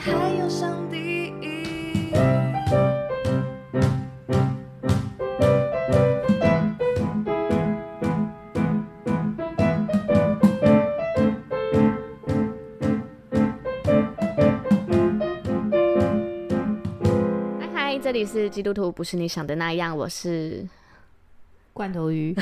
还有上帝。嗨嗨，这里是基督徒不是你想的那样，我是罐头 鱼，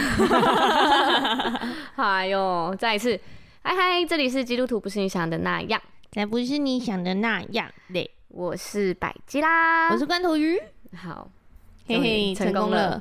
哎呦，再一次，嗨嗨，这里是基督徒不是你想的那样，才不是你想的那样嘞。我是百吉啦，我是罐头鱼， 好，啊嘿嘿，终于成功了。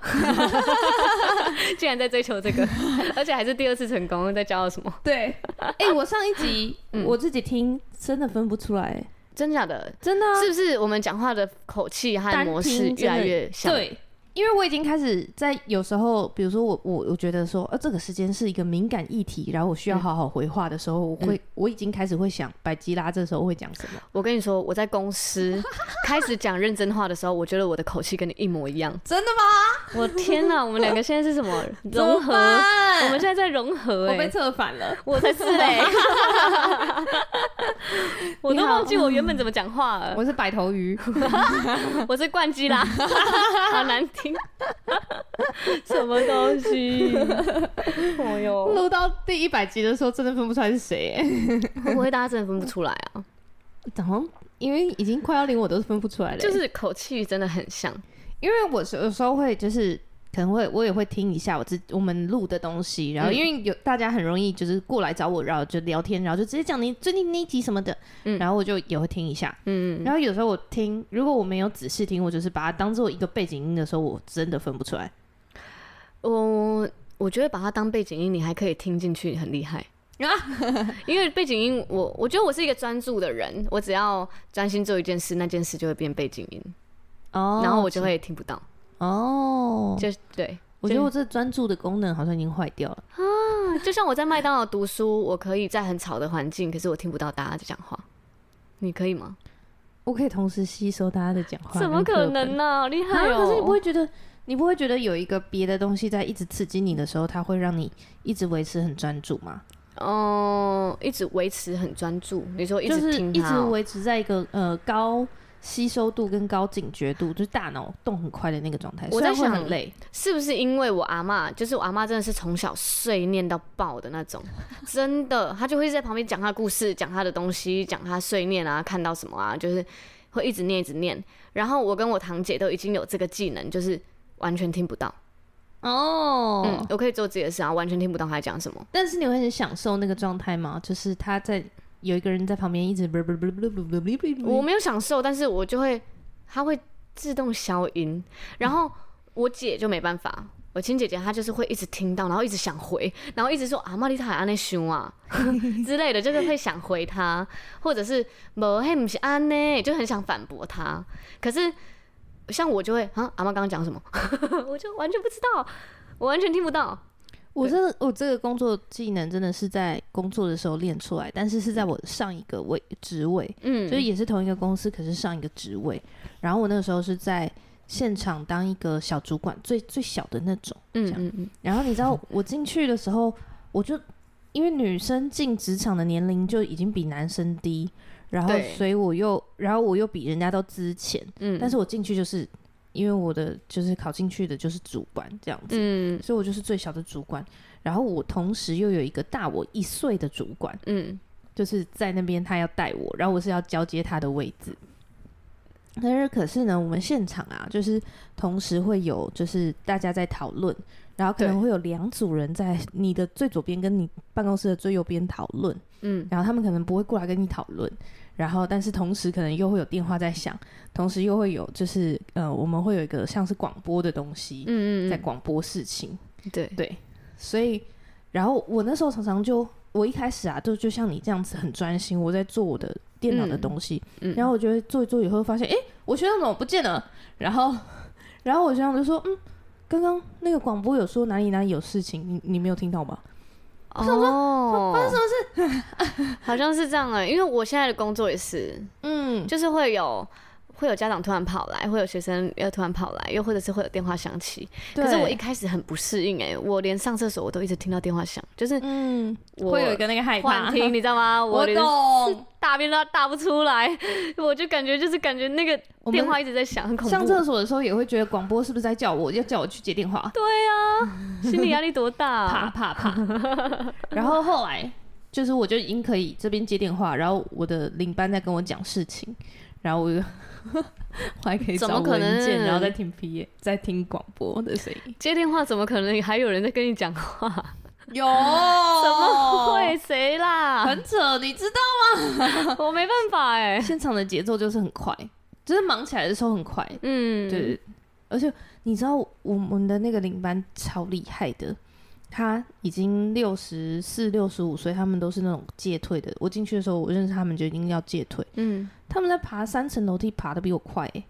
竟然在追求这 个，而且还是第二次成功，在骄傲什么？ 对，哎，我上一集嗯我自己听，真的分不出来，真的假的？真的啊是不是我们讲话的口气和单模式听真越来的越像？，对。因为我已经开始在有时候，比如说我我我觉得说，呃，这个时间是一个敏感议题，然后我需要嗯好好回话的时候，我会我已经开始会想，百吉拉这时候会讲什么？我跟你说，我在公司开始讲认真话的时候，我觉得我的口气跟你一模一样。真的吗？我天哪，我们两个现在是什 么怎么融合？办我们现在在融合、我欸，被策反了。我才是 嘞、我都忘记我原本怎么讲话了。我是白头鱼，我是冠机 啦，好难听，什么东 西？哦哟， 录到第一百集的时候，真的分不出来是谁、欸。会不会大家真的分不出来啊？好像因为已经快要零，我都分不出来了、就是口气真的很像，因为我是有时候会就是。可能会，我也会听一下我自我们录的东西，然后嗯因为有大家很容易就是过来找我，然后就聊天，然后就直接讲你最近那一集什么的，嗯然后我就也会听一下。嗯，然后有时候我听，如果我没有仔细听，我就是把它当做一个背景音的时候，我真的分不出来。我我觉得把它当背景音，你还可以听进去，很厉 害。啊因为背景音，我我觉得我是一个专注的人，我只要专心做一件事，那件事就会变背景音，哦然后我就会听不到。哦，就对，我觉得我这专注的功能好像已经坏掉了。 就像我在麦当劳读书，我可以在很吵的环境，可是我听不到大家在讲话。你可以吗？我可以同时吸收大家的讲话，怎么跟可课本能呢、好厉害啊！哦！可是你不会觉得，你不会觉得有一个别的东西在一直刺激你的时候，它会让你一直维持很专注吗？哦，一直维持很专注。你说一就直是听一它直哦、维持在一个呃高吸收度跟高警觉度，就是大脑动很快的那个状态。我虽然在会想很累，是不是因为我阿嬷，就是我阿嬷真的是从小碎念到爆的那种， 真的，她就会在旁边讲她故事，讲她的东西，讲她碎念啊，看到什么啊，就是会一直念一直念。然后我跟我堂姐都已经有这个技能，就是完全听不到。哦嗯，我可以做自己的事啊，完全听不到她在讲什么。但是你会很享受那个状态吗？就是他在有一个人在旁边一直，嗯我没有享受，但是我就会，它会自动消音。然后我姐就没办法，我亲姐姐她就是会一直听到，然后一直想回，然后一直说啊，玛丽塔安内凶啊 之类的，就是会想回她，或者是没嘿不是安内，就很想反驳她。可是像我就会啊，阿妈刚刚讲什么， 我就完全不知道，我完全听不到。我真的，我这个工作技能真的是在工作的时候练出来，但是是在我上一个位职位，嗯，就是也是同一个公司，可是上一个职位。然后我那个时候是在现场当一个小主管，最最小的那种。嗯这样嗯嗯，然后你 知道我进去的时候，我就因为女生进职场的年龄就已经比男生低，然后对所以我又然后我又比人家都资浅，嗯但是我进去就是因为我的就是考进去的就是主管这样子，嗯所以我就是最小的主管。然后我同时又有一个大我一岁的主管，嗯，就是在那边他要带我，然后我是要交接他的位置。但是可是呢，我们现场啊，就是同时会有，就是大家在讨论，然后可能对会有两组人在你的最左边跟你办公室的最右边讨论，嗯，然后他们可能不会过来跟你讨论，然后但是同时可能又会有电话在响，同时又会有就是呃，我们会有一个像是广播的东西嗯嗯在嗯，广播事情，对，对，所以然后我那时候常常就，我一开始啊，就就像你这样子很专心，我在做我的电脑的嗯东西，嗯然后我就会做一做以后发现，哎、我学长怎么不见了？然后， 然后我学长就说，嗯，刚刚那个广播有说哪里哪里有事情，你你没有听到吗？哦，发生什么 事？好像是这样哎、因为我现在的工作也是，嗯，就是会有会有家长突然跑来，会有学生要突然跑来，又或者是会有电话响起。可是我一开始很不适应哎、我连上厕所我都一直听到电话响，就是嗯，我会有一个那个害怕幻。听，你知道吗？ 我连懂，大便都大不出来，我就感觉就是感觉那个我们电话一直在响，很恐上怖厕。所的时候也会觉得广播是不是在叫我，要叫我去接电话，心理压力多大、怕啊？怕怕。 然后后来就是我就已经可以这边接电话，然后我的领班在跟我讲事情，然后我就 我还可以怎找么可文能件，然后再听 P A，再听广播的声 音。接电话怎么可能还有人在跟你讲话？有怎怎么会？谁啦？哦很扯，你知道？我没办法哎、现场的节奏就是很快，就是忙起来的时候很快，嗯，对，对，而且你知道我们的那个领班超厉害的，他已经六十四、六十五岁，他们都是那种戒退的。我进去的时候，我认识他们就已经要戒退，嗯，他们在爬三层楼梯爬的比我快、 欸，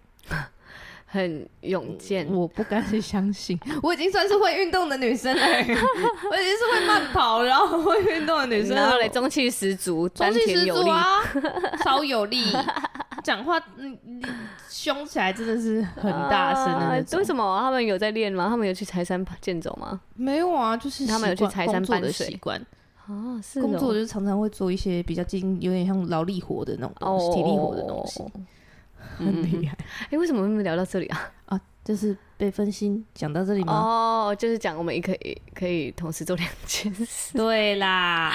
很勇健。我不敢相信，我已经算是会运动的 女生了、欸我已经是会慢跑然后会运动的女生然了后，嘞，中气十足，中丹气田十有足力。 啊，超有力。讲话，嗯，凶起来真的是很大声的那啊种。为什么他们有在练吗？他们有去柴山健走吗？没有啊，就是他们有去习惯财山工作搬的水习惯，啊，是工作哦就是常常会做一些比较接近，有点像劳力活的那种东西，体力活的东西哦，嗯很厉害哎、为什么我们聊到这里啊？啊。就是被分心，讲到这里吗？哦，就是讲我们也可以可以同时做两件 事。对啦，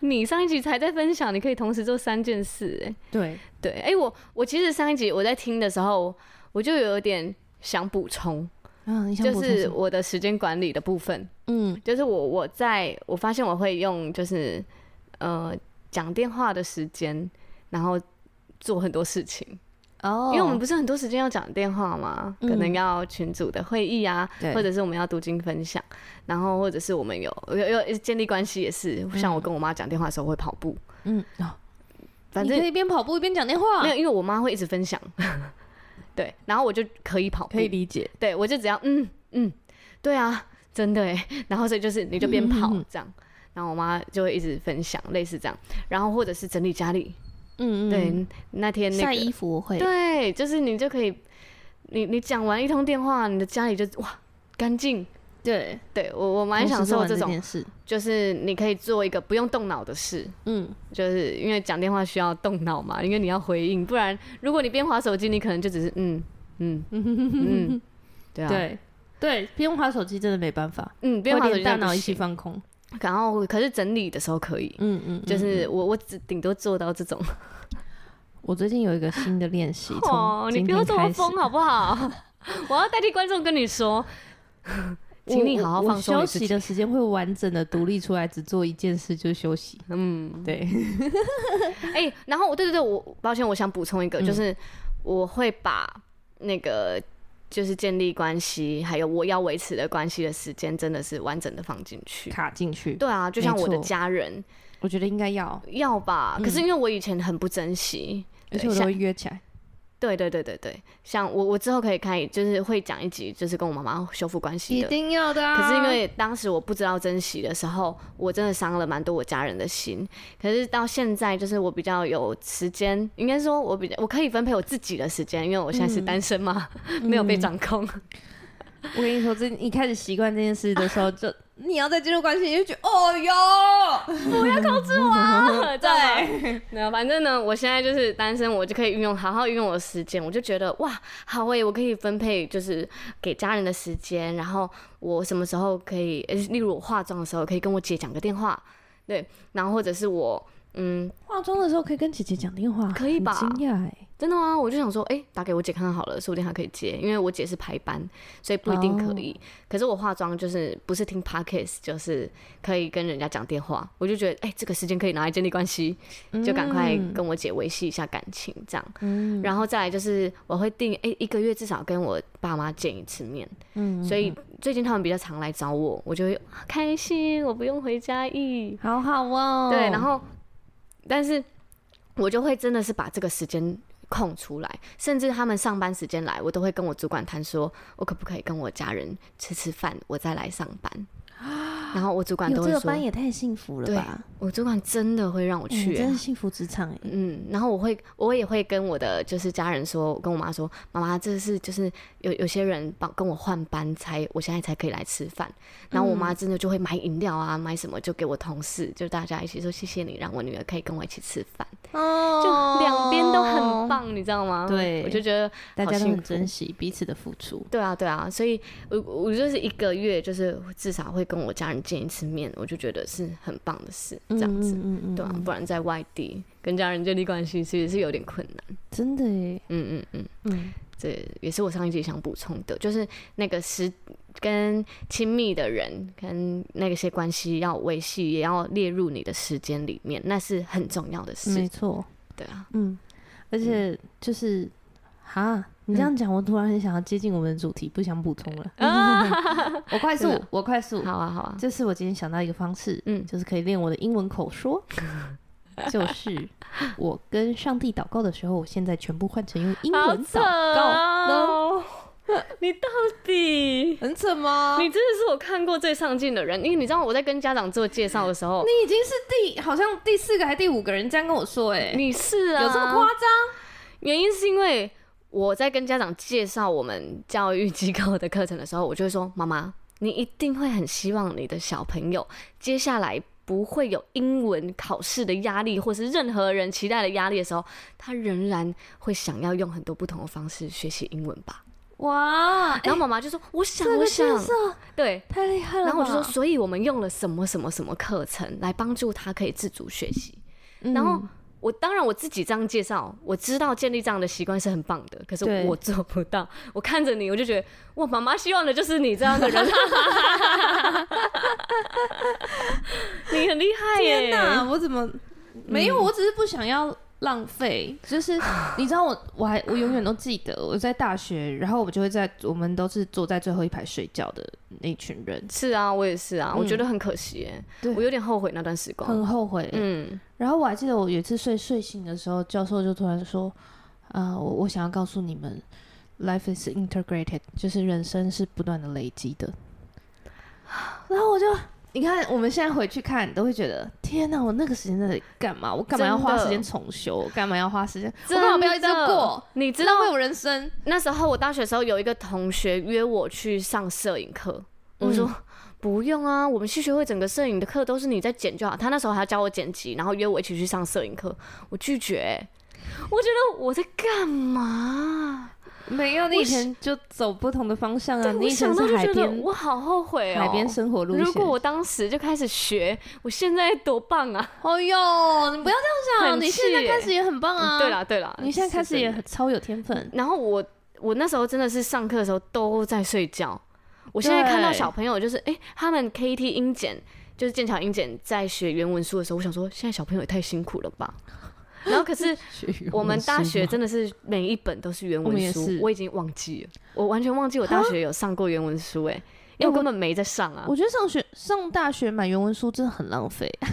你上一集才在分享，你可以同时做三件事、哎， 对，对，哎、我我其实上一集我在听的时候，我就有点想补充，啊，你想就补充是什么我的时间管理的部分，嗯就是我我在我发现我会用就是呃讲电话的时间，然后做很多事情，哦因为我们不是很多时间要讲电话嘛，嗯可能要群组的会议啊，对或者是我们要读经分享，然后或者是我们有有有建立关系也是，像我跟我妈讲电话的时候会跑步，嗯，哦反你正可以一边跑步一边讲电话没，有，因为我妈会一直分享， 对，然后我就可以跑步，理解。对我就只要嗯嗯，对啊，真的哎， 然后所以就是你就边跑嗯嗯嗯这样，然后我妈就会一直分享类似这样，然后或者是整理家里，嗯嗯，对，那天那晒个衣服我会，对，就是你就可以，你你讲完一通电话，你的家里就哇干净。对，对我我蛮同时享做受完这这种，件事。就是你可以做一个不用动脑的事，嗯，就是因为讲电话需要动脑嘛，因为你要回应，不然如果你边划手机，你可能就只是嗯嗯嗯，对啊， 对对，边滑手机真的没办法，嗯，边会划手连机大真的脑不一起行。放空。然后可是整理的时候可以，嗯嗯，就是我我只顶多做到这种。我最近有一个新的练 习，哦，从你今不要天这么开始，疯好不 好？我要代替观众跟你说， 请你好好我放松我你休自息己。的时间会完整的独立出来，只做一件事，就是休息。嗯， 对，哎、然后我对对对，我抱歉，我想补充一个，嗯就是我会把那个就是建立关系，还有我要维持的关系的时间，真的是完整的放进去。卡进去，对啊，就像我的没错家人我觉得应该要，要吧，可是因为我以前很不珍惜，而对且我都像会约起 来。对对对对对，像我我之后可以开，就是会讲一集，就是跟我妈妈修复关系的。定要的可是因为当时我不知道珍惜的时候，我真的伤了蛮多我家人的心。可是到现在，就是我比较有时间，应该说我比较我可以分配我自己的时间，因为我现在是单身嘛， 没有被掌控。我跟你说，这一开始习惯这件事的时 候，就你要再进入关系，你就觉得哦哟，哇，对，那反正呢，我现在就是单身，我就可以运用好好运用我的时间，我就觉得哇，好诶、我可以分配就是给家人的时间，然后我什么时候可以，呃例如我化妆的时候可以跟我姐讲个电话，对，然后或者是我嗯， 化妆的时候可以跟姐姐讲电话，可以很吧惊讶哎，真的吗？我就想说，诶、打给我姐看看好了，说不定她可以接，因为我姐是排班，所以不一定可以。哦可是我化妆就是不是听 podcast，就是可以跟人家讲电话，我就觉得诶、这个时间可以拿来建立关系。就赶快嗯跟我姐维系一下感情，这样。然后再来就是我会定诶、一个月至少跟我爸妈见一次面，嗯所以最近他们比较常来找我，我就会啊开心，我不用回家义。好好哦。对，然后但是我就会真的是把这个时间。空出来，甚至他们上班时间来，我都会跟我主管谈说，我可不可以跟我家人吃吃饭，我再来上班。 然后我主管有都哎这会个说班，也太幸福了对吧！我主管真的会让我哎去、欸真是幸福职场哎、嗯，然后我会，我也会跟我的就是家人说，跟我妈说，妈妈，这是就是有有些人帮跟我换班才，我现在才可以来吃饭。然后我嗯妈真的就会买饮料啊，买什么就给我同事，就大家一起说谢谢你让我女儿可以跟我一起吃饭，哦就两边都很，棒，你知道吗？对我就觉得大家都幸很福珍惜彼此的付出。对啊对啊，所以我我就是一个月就是至少会跟我家人见一次面，我就觉得是很棒的事，这样子。嗯嗯对啊，不然在外地跟家人建立关系其实是有点困难。真的哎，嗯嗯嗯，嗯，这也是我上一集想补充的，就是那个是跟亲密的人跟那些关系要维系，也要列入你的时间里面，那是很重要的没事。错，对啊，嗯，而且就是哈，嗯你这样讲，我突然很想要接近我们的主题，不想补充了。 我快速真啊的，我快速，好啊好啊，这是我今天想到一个方式，嗯就是可以练我的英文 口说。就是我跟上帝祷告的时候，我现在全部换成用英文祷告了，哦。你到底？很扯吗你真的是我看过最上进的人，因为你知道我在跟家长做介绍的时候，你已经是第好像第四个还第五个人这样跟我说、欸，你是啊，有这么夸张？原因是因为我在跟家长介绍我们教育机构的课程的时候，我就会说：“妈妈，你一定会很希望你的小朋友接下来不会有英文考试的压力，或是任何人期待的压力的时候，他仍然会想要用很多不同的方式学习英文吧。”哇，哎然后妈妈就说：“我想，这我个介想，绍对。”太厉害了吧。然后我就说，所以我们用了什么什么什么课程来帮助他可以自主学习。嗯然后我当然我自己这样介绍，我知道建立这样的习惯是很棒的，可是对我做不到。我看着你，我就觉得哇，妈妈希望的就是你这样的人， 你很厉害天耶！哪，我怎么没有？我只是不想要浪费。就是你知道我，我还我永远都记得我在大学，然后我就会在我们都是坐在最后一排睡觉的那群人，是啊，我也是啊，我觉得很可惜耶，嗯对我有点后悔那段时光。很后悔。嗯，然后我还记得我有一次睡睡醒的时候，教授就突然说：“啊、我我想要告诉你们，life is integrated，就是人生是不断的累积的。”然后我就，你看我们现在回去看，都会觉得天哪，我那个时间在那里干嘛？我干嘛要花真的时间重修？我干嘛要花时间？我真干的嘛不要一直过？你知道浪费我人生？那时候我大学的时候有一个同学约我去上摄影课，我嗯说、不用啊，我们戏学会整个摄影的课都是你在剪就好。他那时候还要教我剪辑，然后约我一起去上摄影课，我拒绝欸、我觉得我在干嘛？没有，你以前就走不同的方向啊！你我以前想到是就海觉得边我好后悔哦、海边生活路线。如果我当时就开始学，我现在多棒啊！哎呦，你不要这样很想，你现气在耶开始也很棒啊！对啦对啦，你现在开是始也真的很超有天 分，然后我我那时候真的是上课的时候都在睡觉。我现在看到对小朋友，就是诶，他们 KT 英检就是剑桥英检在学原文书的时候，我想说，现在小朋友也太辛苦了吧。然后可 是我们大学真的是每一本都是原我们文也书是，我已经忘记了，我完全忘记我大学有上过原文书诶，因为我根本没在上啊。我觉得上学上大学买原文书真的很浪费。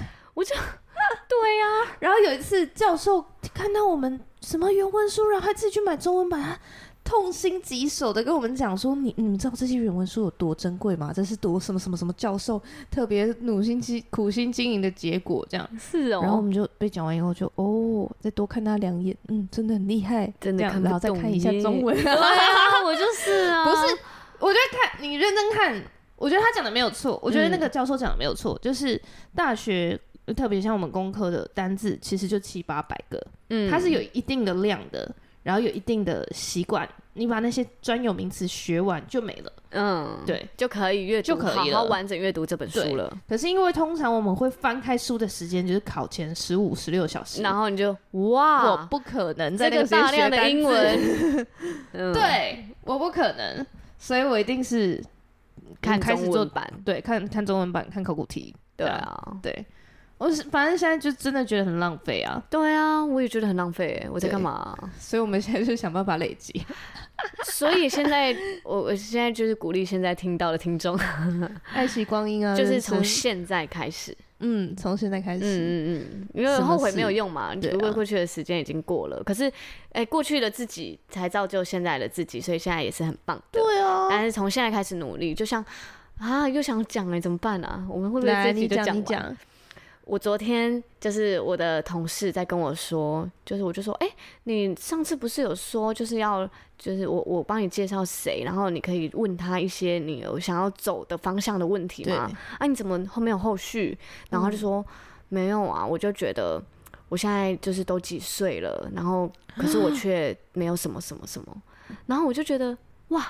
对啊呀、然后有一次教授看到我们什么原文书，然后还自己去买中文版，他痛心疾首的跟我们讲说：“你你们知道这些原文书有多珍贵吗？这是多什么什么什么教授特别努心经苦心经营的结果。”这样，是然后我哦，们就被讲完以后就哦，再多看他两眼，嗯，真的很厉害，真的这样看不然后再看一下懂中耶 文。对啊，我就是啊，不是，我觉得看你认真看，我觉得他讲的没有错，我觉得那个教授讲的没有错，就是大学。特别像我们工科的单字，其实就七八百个，嗯，它是有一定的量的，然后有一定的习惯，你把那些专有名词学完就没了。嗯，对，就可以阅读，就可以好好了完整阅读这本书对了。可是因为通常我们会翻开书的时间就是考前十五、十六小时，然后你就我哇，不可能在啊这那个个时间大学量的单英字文， 嗯，对，我不可能，所以我一定是看开始中做文版，对看看中文版、看考古题，对这样啊，对，我是反正现在就真的觉得很浪费啊，对啊，我也觉得很浪费欸，我在对干嘛？所以我们现在就想办法累积。所以现在我我现在就是鼓励现在听到的听 众， 啊爱惜光阴啊，就是人生从现在开始，嗯从现在开嗯始，嗯嗯，因为什么后悔事没有用嘛，对啊如果过去的时间已经过了，可是哎，过去的自己才造就现在的自己，所以现在也是很棒的。对啊，但是从现在开始努力，就像啊，又想讲哎、怎么办啊？我们会不会来，这集你就讲讲你完？讲，我昨天就是我的同事在跟我说，就是我就说，哎、你上次不是有说就是要，就是我我帮你介绍谁，然后你可以问他一些你有想要走的方向的问题对，吗？啊，你怎么后面有后续？然后他就说、没有啊，我就觉得我现在就是都几岁了，然后可是我却没有什么什么什么，然后我就觉得哇，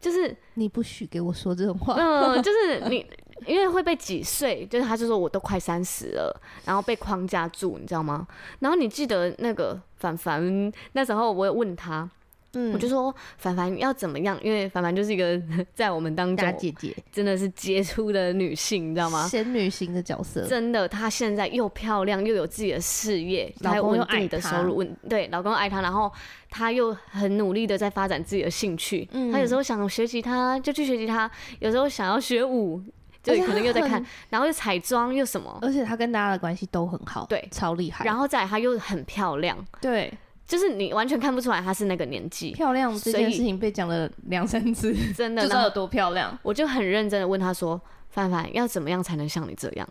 就是你不许给我说这种话。嗯，就是你，因为会被几岁，就是他就说我都快三十了，然后被框架住，你知道吗？然后你记得那个凡凡那时候，我有问他，嗯我就说凡凡要怎么样，因为凡凡就是一个 在我们当大中姐姐，真的是杰出的女性，你知道吗？哦仙女型的角色，真的，她现在又漂亮，又有自己的事业，老她有公稳又爱定的她收入，稳对，老公爱她，然后她又很努力的在发展自己的兴趣。嗯她有时候想学吉他就去学吉他，有时候想要学舞，就而且可能她又在看很，然后又彩妆又什么，而且她跟大家的关系都很好，对超厉害。然后后再来她又很漂亮，对就是你完全看不出来她是那个年 纪，漂亮这件所以事情被讲了两三次，真就的。然知道有后多漂亮。我就很认真的问她说：“范范，要怎么样才能像你这样？”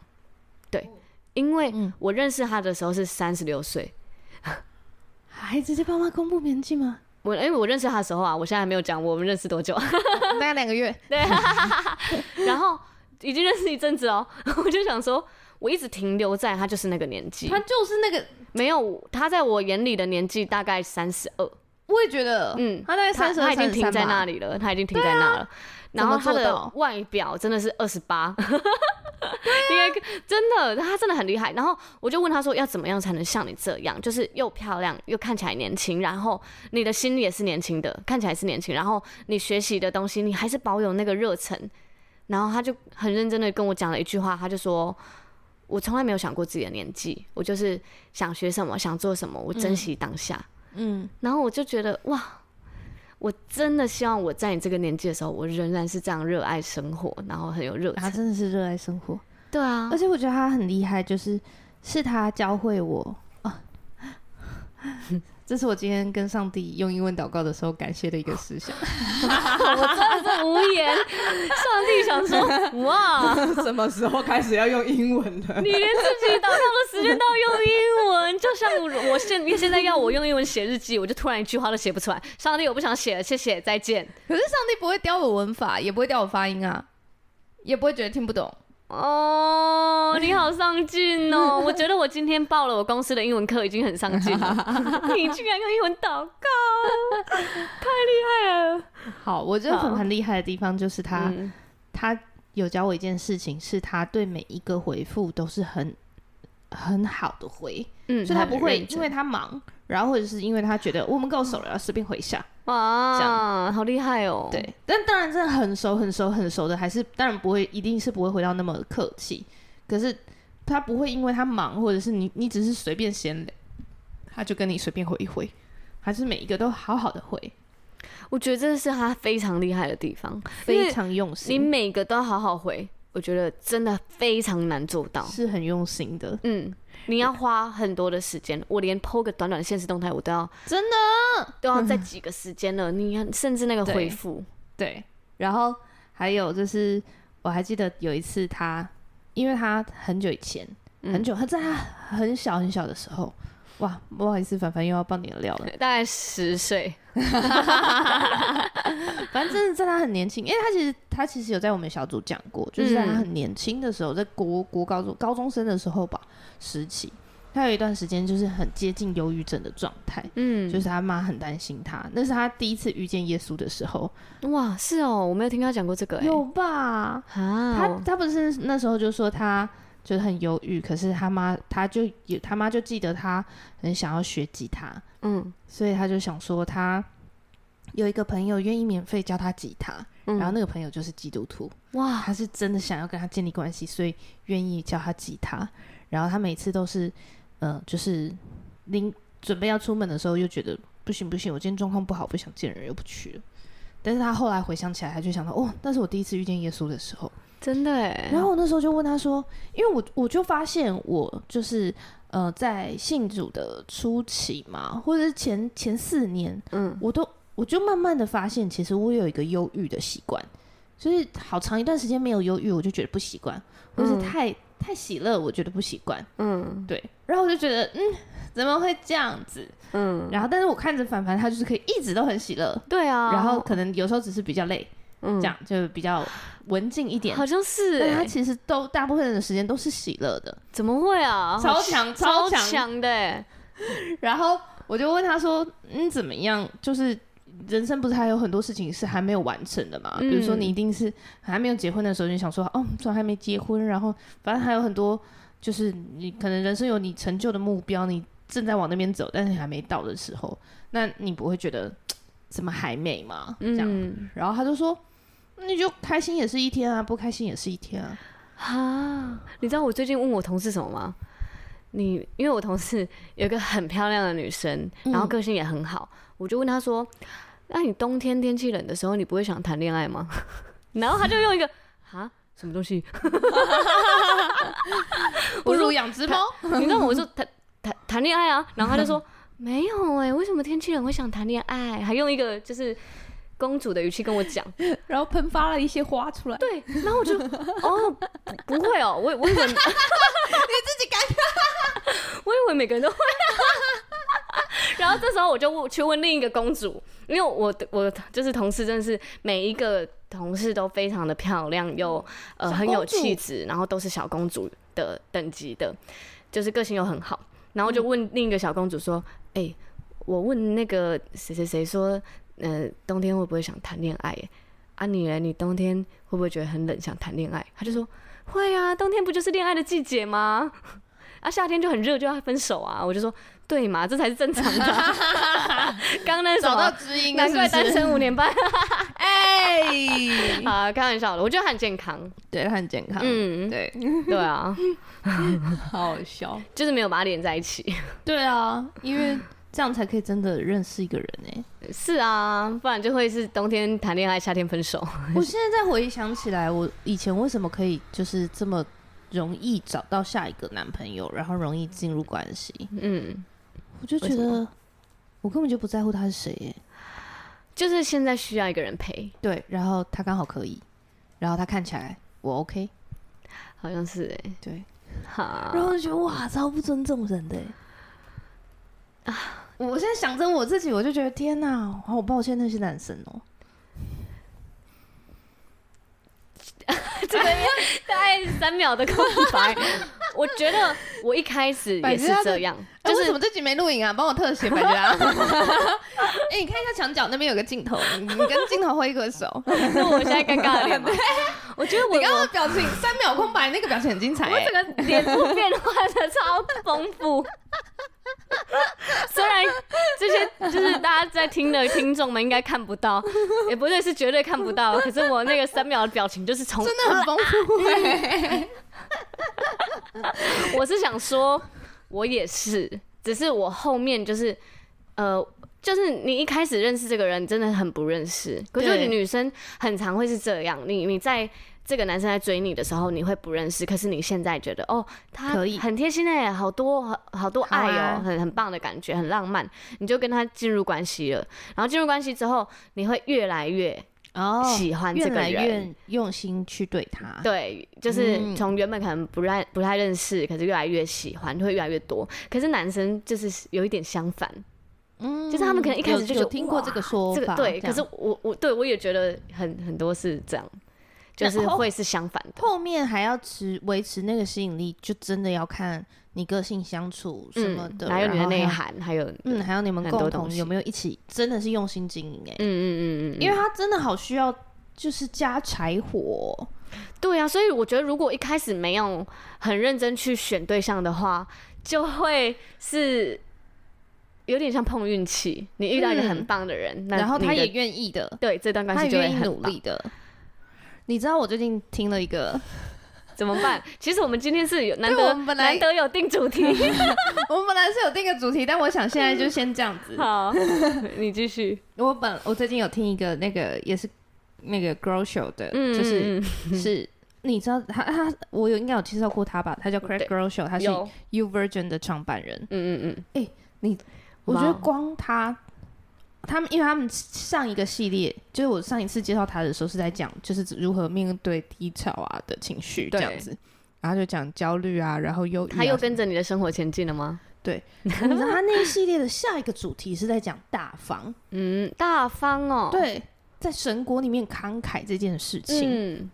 对，因为嗯我认识她的时候是三十六岁。还直接帮妈公布年纪吗？我因为我认识他的时候啊，我现在还没有讲我们认识多久， 大概两个月。对，然后已经认识一阵子哦， 我就想说，我一直停留在他就是那个年纪她，就是那个，没有他在我眼里的年纪大概三十二，我也觉得，嗯她大概他三十他二、已经停在那里。里了，他已经停在那了，然后他怎么做的到外表真的是二十八。应啊 该真的，他真的很厉害。然后我就问他说，要怎么样才能像你这样，就是又漂亮又看起来年轻，然后你的心也是年轻的，看起来是年轻，然后你学习的东西你还是保有那个热忱。然后他就很认真的跟我讲了一句话，他就说：“我从来没有想过自己的年纪，我就是想学什么，想做什么，我珍惜当下。嗯，然后我就觉得哇，我真的希望我在你这个年纪的时候，我仍然是这样热爱生活，然后很有热她忱。真的是热爱生活。对啊而，且我觉得他很厉害，就是是他教会我啊， 这是我今天跟上帝用英文祷告的时候感谢的一个思想。 我真的是啊无 言。上帝想说，哇，什么时候开始要用英文了？你连自己祷告的时间都要用英文，就像我我现现在要我用英文写日记，我就突然一句话都写不出来。上帝，我不想写了，谢谢，再见。可是上帝不会刁我文法，也不会刁我发音啊，也不会觉得听不懂。哦，你好上进哦！我觉得我今天报了我公司的英文课，已经很上进了。 你居然用英文祷告，太厉害了！好，我觉得好很很厉害的地方就是 他，嗯他有教我一件事情，是他对每一个回复都是很很好的回，嗯所以他不会因为为他忙，然后或者是因为他觉得我们够熟了，要随便回一下。这哇，好厉害哦！，对，但当然真的很熟很熟很熟的，还是当然不会，一定是不会回到那么客气。可是他不会因为他忙，或者是你你只是随便闲聊，他就跟你随便回一回，还是每一个都好好的回，我觉得这是他非常厉害的地方，因非为常用你心，每个都好好回，我觉得真的非常难做到。是很用心的，嗯，你要花很多的时间，我连 PO 个短短的现实动态，我都要真的都要在几个时间了。你看，甚至那个对回复，对。然后还有就是，我还记得有一次他，因为他很久以前，很嗯久他在他很小很小的时候，哇，不好意思，凡凡又要爆你的料了。大概十岁，反正真的在他很年轻，因为他其实他其实有在我们小组讲过，就是在他很年轻的时候，在国国高中高中生的时候吧时期，他有一段时间就是很接近忧郁症的状态，嗯，就是他妈很担心他，那是他第一次遇见耶稣的时候，哇，是哦，我没有听他讲过这个、欸，有吧？啊，他我他不是那时候就说他就是很忧郁，可是他妈他就有他妈就记得他很想要学吉他，嗯，所以他就想说他有一个朋友愿意免费教他吉他，嗯然后那个朋友就是基督徒。哇，他是真的想要跟他建立关系，所以愿意教他吉他。然后他每次都是，呃，就是临准备要出门的时候，又觉得不行不行，我今天状况不好，不想见人，又不去了。但是他后来回想起来，他就想到，哦，那是我第一次遇见耶稣的时候。真的哎、然后我那时候就问他说，因为我我就发现我就是呃，在信主的初期嘛，或者是前前四年，嗯我都我就慢慢的发现，其实我有一个忧郁的习惯，就是好长一段时间没有忧郁，我就觉得不习惯，或是太、太喜乐，我觉得不习惯。嗯对，然后我就觉得，嗯，怎么会这样子？嗯，然后，但是我看着凡凡，他就是可以一直都很喜乐，对啊，然后可能有时候只是比较累，嗯这样就比较文静一点。好像是但他哎，其实都大部分的时间都是喜乐的，怎么会啊？哦超强超强。强的哎，然后我就问他说：“嗯，怎么样？就是人生不是还有很多事情是还没有完成的嘛？嗯比如说你一定是还没有结婚的时候，你就想说，哦，虽然还没结婚，然后反正还有很多，就是你可能人生有你成就的目标，你正在往那边走，但是你还没到的时候，那你不会觉得嘖怎么还没吗？这样。嗯然后他就说。”嗯那就开心也是一天啊，不开心也是一天啊。啊，你知道我最近问我同事什么吗？你因为我同事有一个很漂亮的女生，然后嗯个性也很好，我就问她说：“那你冬天天气冷的时候，你不会想谈恋爱吗？” 然后她就用一个啊什么东西，不如养只猫，你知道我说谈谈谈恋爱啊，然后她就说没有哎、为什么天气冷会想谈恋爱？还用一个就是公主的语气跟我讲， 然后喷发了一些花出来。对，然后我就哦不不会哦，我我以为 你自己感觉， 我以为每个人都会、 然后这时候我就问去问另一个公主，因为我的我就是同事，真的是每一个同事都非常的漂亮，又呃嗯小很有公主气质，然后都是小公主的等级的，就是个性又很好。然后嗯就问另一个小公主说：“哎、我问那个谁谁谁说，呃，冬天会不会想谈恋爱、欸？啊，你嘞，你冬天会不会觉得很冷，想谈恋爱？”她就说：“会啊，冬天不就是恋爱的季节吗？ 啊，夏天就很热，就要分手啊。”我就说：“对嘛，这才是正常的。 刚刚那是什 找么？到知音了难是不是，怪单 身五年半 哎，啊！开玩笑的，我觉得很健康。对，他很健康，嗯，对，对啊，好好笑。就是没有把它连在一起。 对啊，因为这样才可以真的认识一个人哎、 是啊，不然就会是冬天谈恋爱，夏天分手。我现在再回想起来，我以前为什么可以就是这么容易找到下一个男朋友，然后容易进入关系，嗯。我就觉为什得我根本就不在乎他是谁哎、就是现在需要一个人陪，对，然后他刚好可以，然后他看起来我 OK，好像是哎、对，好，然后就觉得哇，超不尊重人的欸。啊我现在想着我自己，我就觉得天哪，好抱歉那些男生哦、这个大概三秒的空白。我觉得我一开始也是这样，哎就为什是么这集没录影啊？帮我特写百 家。哎、你看一下墙角那边有个镜头，你你跟镜头挥个手。 哎是我现在尴尬的脸嘛。我觉得我你刚刚我的表情三秒空白，那个表情很精彩、我欸。整个脸部变化的超丰富。虽然这些就是大家在听的听众们应该看不到，也不对，是绝对看不到。可是我那个三秒的表情就是从真的很丰富、欸， 我是想说，我也是，只是我后面就是，呃，就是你一开始认识这个人，真的很不认识。可是对女生很常会是这样，你你在这个男生在追你的时候，你会不认识，可是你现在觉得哦，他可以很贴心哎、好多好好多爱好哦、啊很很棒的感觉，很浪漫，你就跟他进入关系了。然后进入关系之后，你会越来越 哦喜欢这越个来人，越用心去对他。对，就是嗯从原本可能不太不太认识，可是越来越喜欢，会越来越多。可是男生就是有一点相反，嗯就是他们可能一开始就觉有得有听过哇这个说法，这个对。这可样是我我对我也觉得很很多是这样，就是那后哦会是相反的。后面还要持维持那个吸引力，就真的要看你个性相处什么嗯，的，还有你的然后还内有，涵，还有嗯嗯，还有你们很多共东同西有没有一起真的是用心经营哎、嗯嗯嗯嗯，因为他真的好需要就是加柴火哦，对啊，所以我觉得如果一开始没有很认真去选对象的话，就会是。有点像碰运气，你遇到一个很嗯棒的人，那然后你他的也愿意的，对这段关他系也就会愿意很努棒力的。你知道我最近听了一个，怎么办？ 其实我们今天是有难对得我们本来难得有定主 题。 我们本来是有定个主题，但我想现在就先这样子。 好，你继续。我本我最近有听一个那个也是那个 girl show 的，嗯，就是嗯是，你知道他他我有应该有介绍过他吧？他叫 Craig 对 Groeschel，他嗯是有，嗯 U Virgin 的创办人。嗯嗯嗯，我觉哇得哦光他他们因为他们上一个系列，就是我上一次介绍他的时候是在讲，就是如何面对低潮啊的情绪这对样子，然后就讲焦虑啊，然后忧郁、啊，他又 跟着你的生活前进了吗？你知道他那一系列的下一个主题是在讲大方，嗯，大方哦，，对，在神国里面慷慨这件事情。嗯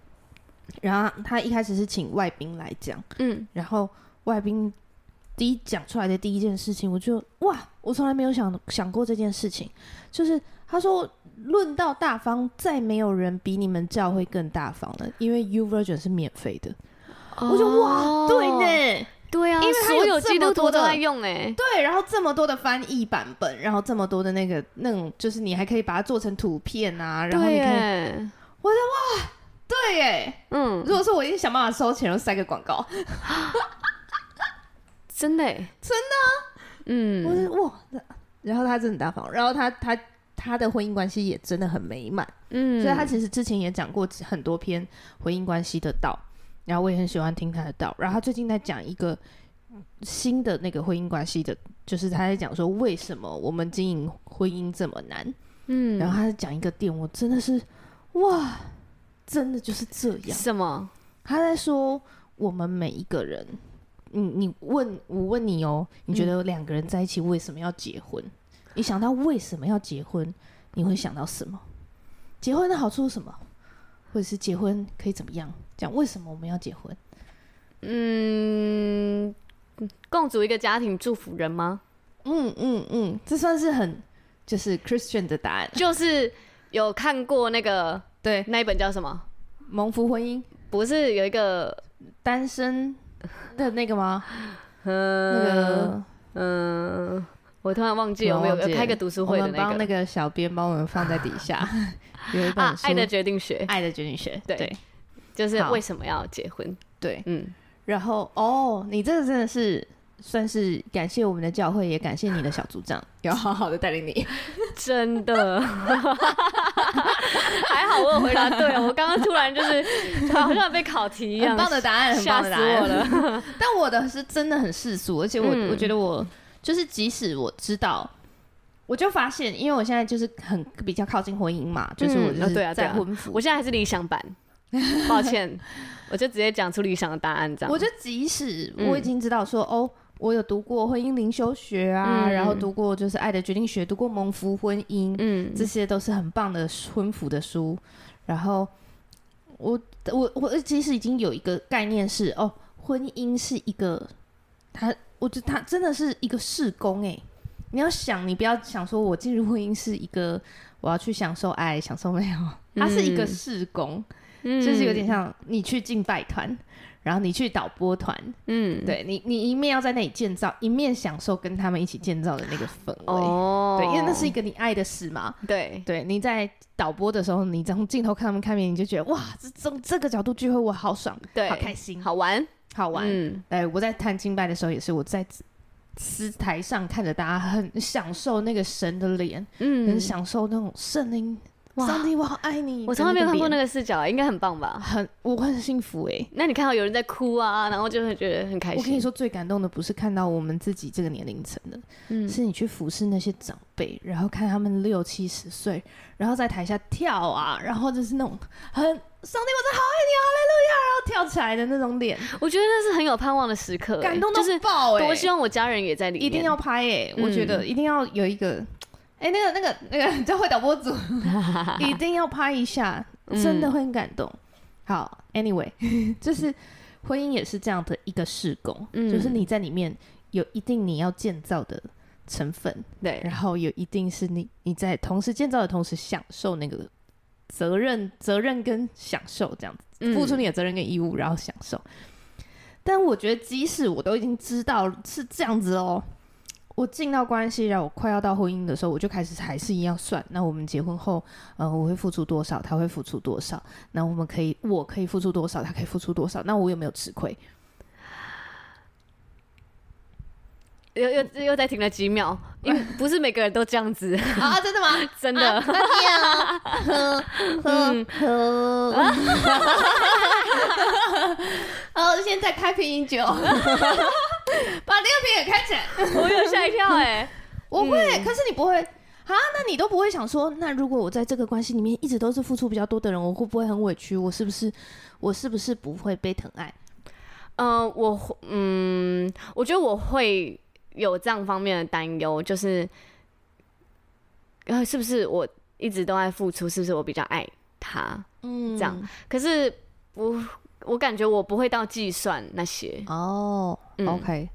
然后他一开始是请外宾来讲，嗯，然后外宾第一讲出来的第一件事情，我就哇，我从来没有想想过这件事情，就是他说。论到大方，再没有人比你们教会更大方了，因为 U Version 是免费的。我就哇，对哦，呢，对啊，因为它有所有这基督么徒多都的在用哎，对，然后这么多的翻译版本，然后这么多的那个那种，就是你还可以把它做成图片啊，然后对你可以耶，对耶。嗯如，果说我一定想办法收钱，然后塞个广告，真的耶，真的，啊我嗯是哇，那然后他真的很大方，然后他他他的婚姻关系也真的很美满，嗯，所以他其实之前也讲过很多篇婚姻关系的道，然后我也很喜欢听他的道，然后他最近在讲一个新的那个婚姻关系的，就是他在讲说为什么我们经营婚姻这么难，嗯，然后他讲一个点，我真的是哇，真的就是这样。什么？他在说我们每一个人，你你问我问你哦，你觉得两个人在一起为什么要结婚？你想到为什么要结婚，你会想到什么？结婚的好处是什么？或者是结婚可以怎么样？讲为什么我们要结婚？嗯，共组一个家庭，祝福人吗？嗯嗯嗯，这算是很就是 Christian 的答案。就是有看过那个对，那一本叫什么？蒙福婚姻不是有一 个单身的那个吗？那嗯个嗯、我突然忘记有没有突然忘记了开个读书我会的们那帮那个个小编帮我们放在底下， 有一本啊，《书爱的决定学》爱的决定学，对对就是好为什么要结婚？对嗯，然后哦，你这个真的是算是感谢我们的教会，也感谢你的小组长，有好好的带领你。真 的，还好我有回答对，啊我刚刚突然就是好像被考题一样，很棒的答案，很吓棒死的答我案。了。但我的是真的很世俗，而且我、嗯我觉得我就是即使我知道。我就发现，因为我现在就是很比较靠近婚姻嘛，就是我就哦对啊对是在啊婚 服我现在还是理想版，抱歉，我就直接讲出理想的答案这样。我就即使嗯我已经知道说，哦，我有读过婚姻灵修学啊，嗯然后读过就是《爱的决定学》，读过蒙福婚姻，嗯这些都是很棒的婚服的书。然后我我我其实已经有一个概念是，哦，婚姻是一个，它我觉得它真的是一个事工哎、你要想，你不要想说我进入婚姻是一个我要去享受爱、享受美好，它是一个嗯事工。嗯就是有点像你去敬拜团，然后你去导播团，嗯对你，你一面要在那里建造，一面享受跟他们一起建造的那个氛围。哦，对，因为那是一个你爱的事嘛。对对，你在导播的时候，你从镜头看他们看面，你就觉得哇，这从这个角度聚会我好爽，对好开心，好玩好玩。嗯哎，我在看敬拜的时候，也是我在司台上看着大家很享受那个神的脸，嗯很享受那种圣灵，哇上帝，我好爱你。我从来没有看过那个个视角，应该很棒吧？脸，很我很幸福哎、那你看到有人在哭啊，然后就会觉得很开心。我跟你，说，最感动的不是看到我们自己这个年龄层的，嗯，是你去服侍那些长辈，然后看他们六七十岁，然后在台下跳啊，然后就是那种很上帝，我真的好爱你，哈利路亚，然后跳起来的那种脸，我觉得那是很有盼望的时刻、欸感动到就是爆哎、多希望我家人也在里面，一定要拍哎、嗯我觉得一定要有一个，哎、那个那个那个 教会导 播组一定要拍一下，嗯真的会很感动。好，anyway，就是 婚姻也是这样的一个事工，嗯就是你在里面有一定你要建造的成分，对然后有一定是你你在同时建造的同时享受那个责任责任跟享受这样子。付出、你的责任跟义务，然后享受。但我觉得，即使我都已经知道是这样子哦，我进到关系，然后我快要到婚姻的时候，我就开始还是一样算。那我们结婚后，呃，我会付出多少，他会付出多少？那我们可以，我可以付出多少，他可以付出多少？那我有没有吃亏？ 嗯、又又又再停了几秒，因为不是每个人都这样子， 啊，真的吗？真 的。嗯 呵，哦，现在开瓶饮酒，把那个瓶也开起来。我有吓一跳哎、 我会，可是你不会啊？那你都不会想说，那如果我在这个关系里面一直都是付出比较多的人，我会不会很委屈？我是不是我是不是不会被疼爱？呃，我会嗯，我觉得我会有这样方面的担忧，就是，呃，是不是我一直都在付出？是不是我比较爱他？嗯这样可是不，我感觉我不会到计算那些。哦、嗯 o k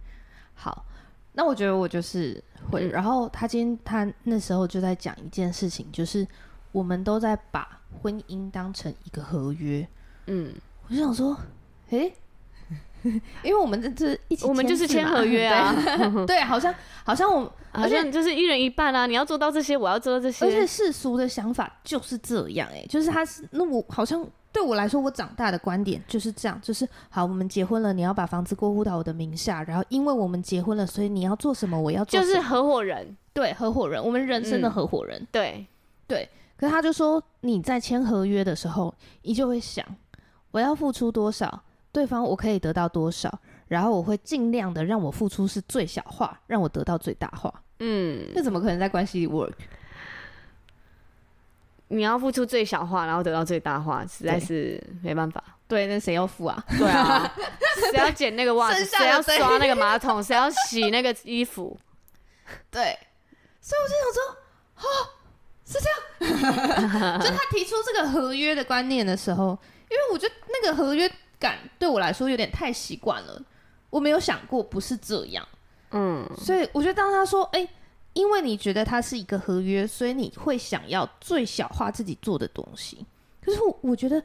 好，那我觉得我就是会。嗯然后他今天他那时候就在讲一件事情，就是我们都在把婚姻当成一个合约。嗯，我就想说，诶、 因为我们这这一起，我们就是签合约啊， 对，对，好像好像我，好像就是一人一半啊，你要做到这些，我要做到这而些。且世俗的想法就是这样、诶，就是他是那我好像对我来说，我长大的观点就是这样，就是好，我们结婚了，你要把房子过户到我的名下，然后因为我们结婚了，所以你要做什么，我要做就什么，是合伙人，对合伙人，我们人生的合伙人。对，可是他就说，你在签合约的时候，你就会想，我要付出多少，对方我可以得到多少，然后我会尽量的让我付出是最小化，让我得到最大化。嗯，那怎么可能在关系里 work？你要付出最小化，然后得到最大化，实在对是没办 法。对，那谁要付啊？对啊，谁要捡那个袜 子，剩下谁的要谁刷那个马桶，谁要洗那个衣服， 对， 所以我就想说，哦，是这样。就他提出这个合约的观念的时候，因为我觉得那个合约感对我来说有点太习惯了，我没有想过不是这样。嗯，所以我觉得当他说，哎、因为你觉得它是一个合约，所以你会想要最小化自己做的东西。可是我我觉得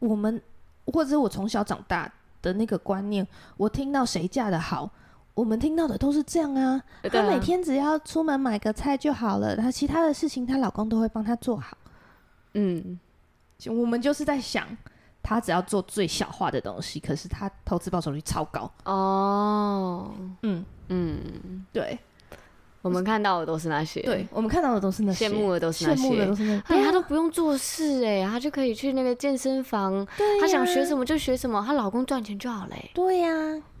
我们或者是我从小长大的那个观念，我听到谁嫁的好。我们听到的都是这样啊，对她啊每天只要出门买个菜就好了，她其他的事情她老公都会帮她做好。嗯，就我们就是在想，她只要做最小化的东西，可是她投资报酬率超高。哦，嗯，嗯，对我们看到的都是那些，对，，我们看到的都是那些羡慕的都是那羡慕的都些。是那些，哎，他都不用做事哎、他就可以去那个健身房，对他想呀学什么就学什么，她老公赚钱就好哎嘞、对呀、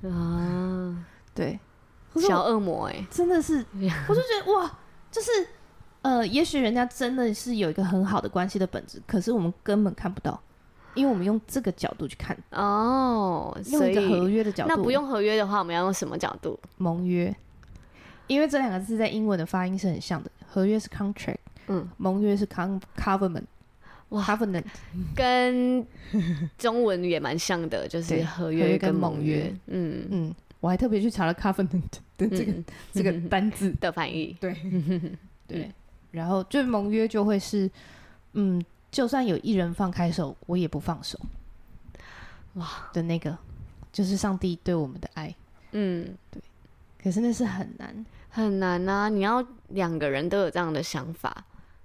啊，对，可是小我恶魔哎、真的是，我就觉得哇，就是呃，也许人家真的是有一个很好的关系的本质，可是我们根本看不到，因为我们用这个角度去看，哦，用所一个合以约的角度，那不用合约的话，我们要用什么角度？盟约，因为这两个字在英文的发音是很像的，合约是 contract，嗯，盟约是 con covenant。哇 covenant 跟中文也蛮像的，就是对合合约约跟跟盟盟约约，嗯，嗯，我还特别去查了 covenant 的这个、嗯这个单字，的翻译，对，然后就盟约就会是，嗯，就算有一人放开手，我也不放手。哇的那个，就是上帝对我们的爱，嗯，可是那是很难。很难啊，你要两个人都有这样的想法，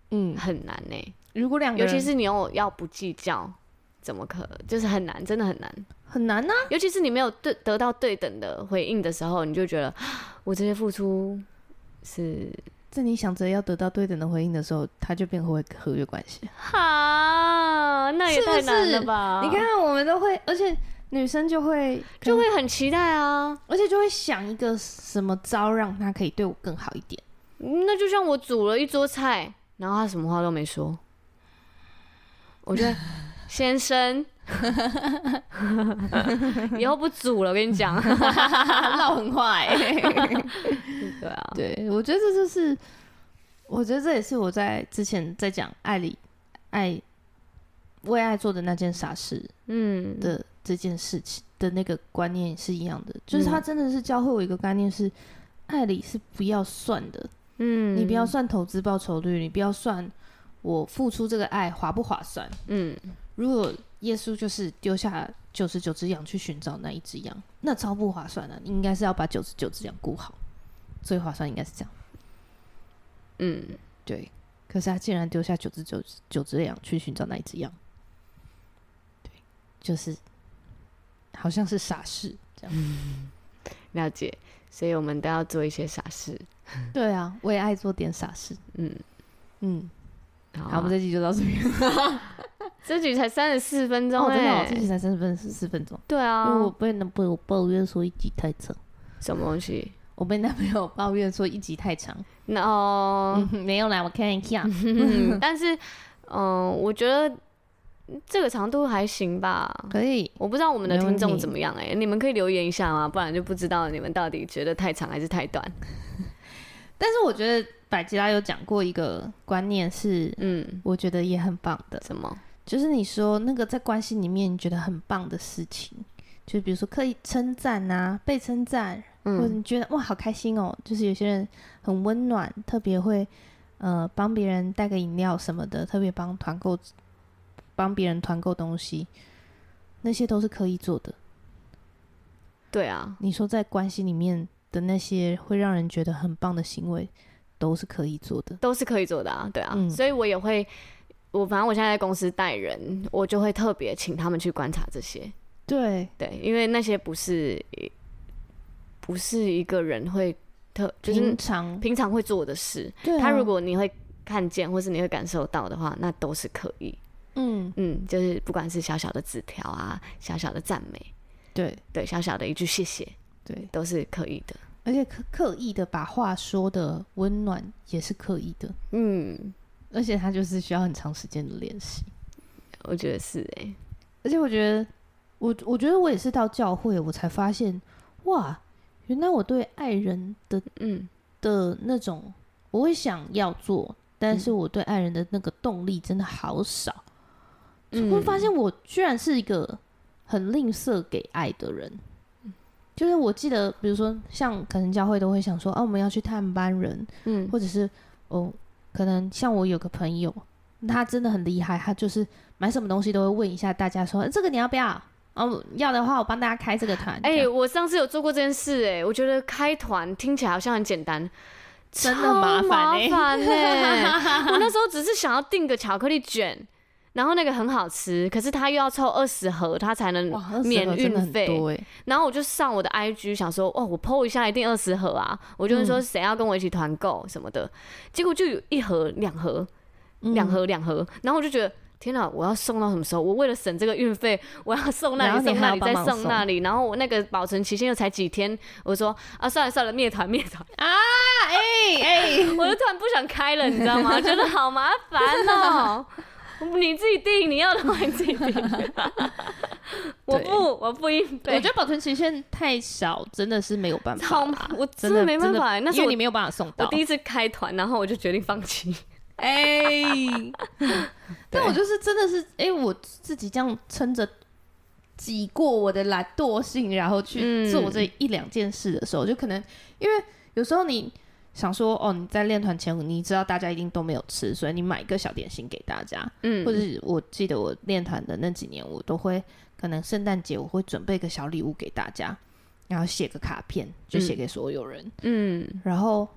嗯，很难呢、 如果两个尤人，其是你又要不计较，怎么可？就是很难，真的很难。很难啊呐、 尤其是你没有对得到对等的回应的时候，你就觉得 啊我这些付出是在你想着要得到对等的回应的时候，它就变回合约关系。哈，那也是不太难了是吧？你，看，啊我们都会，而且女生就会，啊就会很期待啊。而且就会想一个什么招，让他可以对我更好一点。嗯那就像我煮了一桌菜，然后他什么话都没说，我觉得先生， 以后不煮了，我跟你讲。 唠很坏、 对啊，对，我觉得这就是，我觉得这也是我在之前在讲爱里爱为爱做的那件傻事嗯，的这件事情的那个观念是一样的，就是嗯他真的是教会我一个观念是，爱里是不要算的，嗯，你不要，算投资报酬率，你不要算我付出这个爱划不划算。嗯，如果耶稣就是丢下九十九只羊去寻找那一只羊，那超不划算的、你应该是要把九十九只羊顾好，最划算应该是这样。嗯，对，可是他竟然丢下九只九只九只羊去寻找那一只羊，对，就是好像是傻事这嗯样。了解。所以我们都要做一些傻事。对啊，为爱做点傻事。嗯嗯，好啊好，我们这集就到这边。这局才三十四分钟哦，真的哎哦，这，集才三十分四十分钟，对啊因为，我被那被我抱怨说一集太长。什么东西？我被男朋友抱怨说一集太长，那、哦 嗯没有啦，我看一 下。嗯，但是，嗯，我觉得这个长度还行吧。可以，我不知道我们的没听问众题怎么样哎、你们可以留言一下吗？不然就不知道你们到底觉得太长还是太短。但是我觉得百吉拉有讲过一个观念是，嗯，我觉得也很棒的，怎么？就是你说那个在关系里面你觉得很棒的事情，就比如说可以称赞啊，被称赞，或者嗯你觉得哇好开心哦，就是有些人很温暖，特别会呃帮别人带个饮料什么的，特别帮团购，帮别人团购东西，那些都是可以做的。对啊，你说在关系里面的那些会让人觉得很棒的行为，都是可以做的。都是可以做的啊，对啊。嗯所以我也会，我反正我现在在公司带人，我就会特别请他们去观察这些，对，对，因为那些不是不是一个人会特就是平常平常会做的事。对啊他如果你会看见，或是你会感受到的话，那都是可以。嗯嗯，就是不管是小小的纸条啊，小小的赞美，对对，小小的一句谢谢，对，都是可以的。而且刻刻意的把话说的温暖也是刻意的，嗯，而且他就是需要很长时间的练习。我觉得是哎、而且我觉得，我我觉得我也是到教会我才发现，哇，原来我对爱人的嗯，的那种，我会想要做，但是我对爱人的那个动力真的好少。嗯会发现我居然是一个很吝啬给爱的人。就是我记得，比如说像可能教会都会想说，啊，我们要去探班人，嗯，或者是哦，可能像我有个朋友，他真的很厉害，他就是买什么东西都会问一下大家说，呃这个你要不要？哦，要的话我帮大家开这个团。哎、这样我上次有做过这件事哎、我觉得开团听起来好像很简单。真的超麻麻烦欸烦 欸我那时候只是想要订个巧克力卷，然后那个很好吃，可是他又要凑二十盒，他才能哇，20免盒真的运很费。多哎，然后我就上我的 IG 想说，哦，我 PO 一下一定二十盒啊，我就问说嗯谁要跟我一起团购什么的，结果就有一盒、两盒、嗯两盒、两盒，然后我就觉得。天哪！我要送到什么时候？我为了省这个运费，我要送那然后里、你送还那要里，帮再忙送送那里，然后我那个保存期限又才几天，我说啊，算了算了，灭团灭团，哎 哎，我就突然不想开了，你知道 吗？觉得好麻烦哦、你自己订，你要的话你自己 订。我对不，我不应我对觉，得保存期限太少，真的是没有办法好啦，麻，我 真真的的没办法、欸。那因是为我你没有办法送我到第。一次开团，然后我就决定放弃。哎， 对但我就是真的是，哎、我自己这样撑着挤过我的懒惰性，然后去嗯做这一两件事的时候，就可能因为有时候你想说，哦，你在练团前，你知道大家一定都没有吃，所以你买一个小点心给大家，嗯或者是我记得我练团的那几年，我都会可能圣诞节我会准备一个小礼物给大家，然后写个卡片，就写给所有人，嗯然后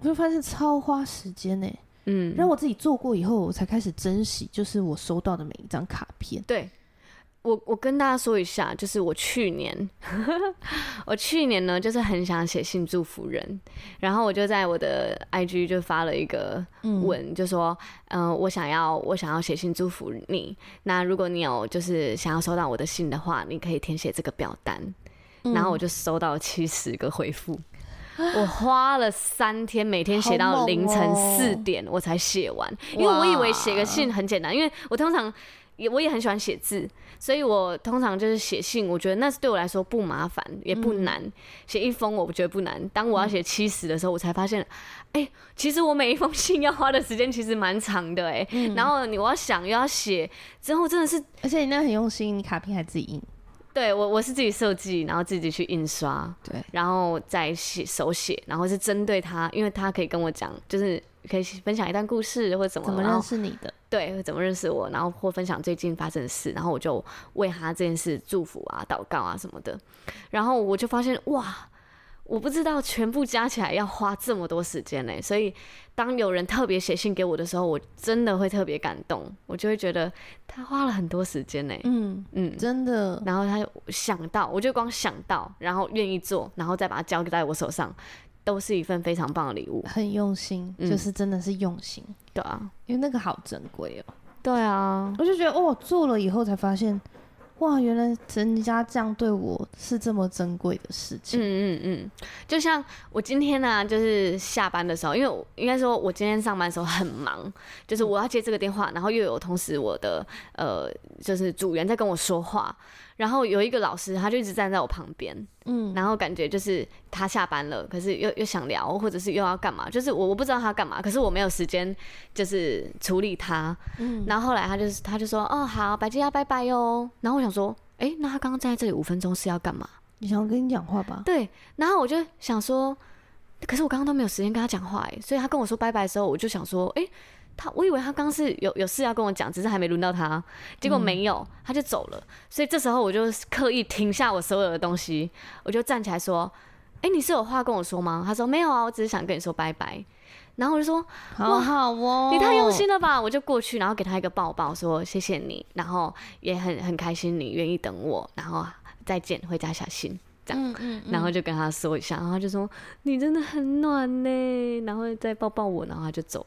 我就发现超花时间呢、嗯，让我自己做过以后，我才开始珍惜，就是我收到的每一张卡片。对我我跟大家说一下，就是我去年， 我去年呢就是很想写信祝福人，然后我就在我的 IG 就发了一个嗯文，就说，嗯、我想要我想要写信祝福你，那如果你有就是想要收到我的信的话，你可以填写这个表单，然嗯后我就收到七十个回复。我花了三天，每天写好到猛凌晨哦四点，我才写完。因为我以为写个哇信很简单，因为我通常也我也很喜欢写字，所以我通常就是写信，我觉得那是对我来说不麻烦，也不嗯难。写、一封我觉得不难，当我要写七十的时候，我才发现，哎、其实我每一封信要花的时间其实蛮长的、哎、嗯然后你我要想又要写，之后真的是而且你那很用心，你卡片还自己印。对我我是自己设计，然后自己去印刷，对，然后再写手写，然后是针对他，因为他可以跟我讲，就是可以分享一段故事或怎么，怎么然后认识你的？对，怎么认识我，然后或分享最近发生的事，然后我就为他这件事祝福啊、祷告啊什么的。然后我就发现，哇，我不知道全部加起来要花这么多时间呢、欸所以当有人特别写信给我的时候，我真的会特别感动，我就会觉得他花了很多时间呢、嗯，嗯，真的，然后他想到，我就光想到，然后愿意做，然后再把它交在我手上，都是一份非常棒的礼物，很用心，嗯就是真的是用心，对啊，因为那个好珍贵哦。对啊，我就觉得，哦，做了以后才发现，哇，原来人家这样对我是这么珍贵的事情。嗯嗯嗯，就像我今天呢、就是下班的时候，因为我应该说我今天上班的时候很忙，就是我要接这个电话，然后又有同时我的呃，就是组员在跟我说话，然后有一个老师他就一直站在我旁边，嗯，然后感觉就是他下班了，可是又又想聊，或者是又要干嘛，就是我我不知道他干嘛，可是我没有时间就是处理他。嗯然后后来他就是他就说，哦好，白金要拜拜哦。然后我想说，诶，那他刚刚站在这里五分钟是要干嘛？你想要跟你讲话吧？对，然后我就想说，可是我刚刚都没有时间跟他讲话哎，所以他跟我说拜拜的时候，我就想说，诶，他我以为他刚是有有事要跟我讲，只是还没轮到他，结果没有，他就走了。所以这时候我就刻意停下我所有的东西，我就站起来说，诶，你是有话跟我说吗？他说没有啊，我只是想跟你说拜拜。然后我就说好好哦，你太用心了吧！我就过去，然后给他一个抱抱，说谢谢你，然后也很很开心你愿意等我，然后再见，回家小心。这嗯，嗯嗯，然后就跟他说一下，然后他就说你真的很暖呢，然后再抱抱我，然后他就走。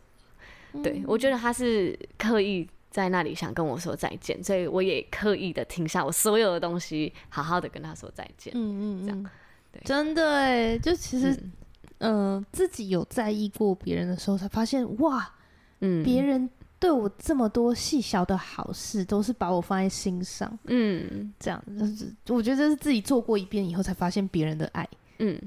对我觉嗯得他是刻意在那里想跟我说再见，所以我也刻意的停下我所有的东西，好好的跟他说再见。嗯嗯嗯这样嗯对，真的哎，就其实呃，自己有在意过别人的时候，才发现哇，嗯，别人对我这么多细小的好事，都是把我放在心上。嗯这样，就是我觉得这是自己做过一遍以后，才发现别人的爱。嗯，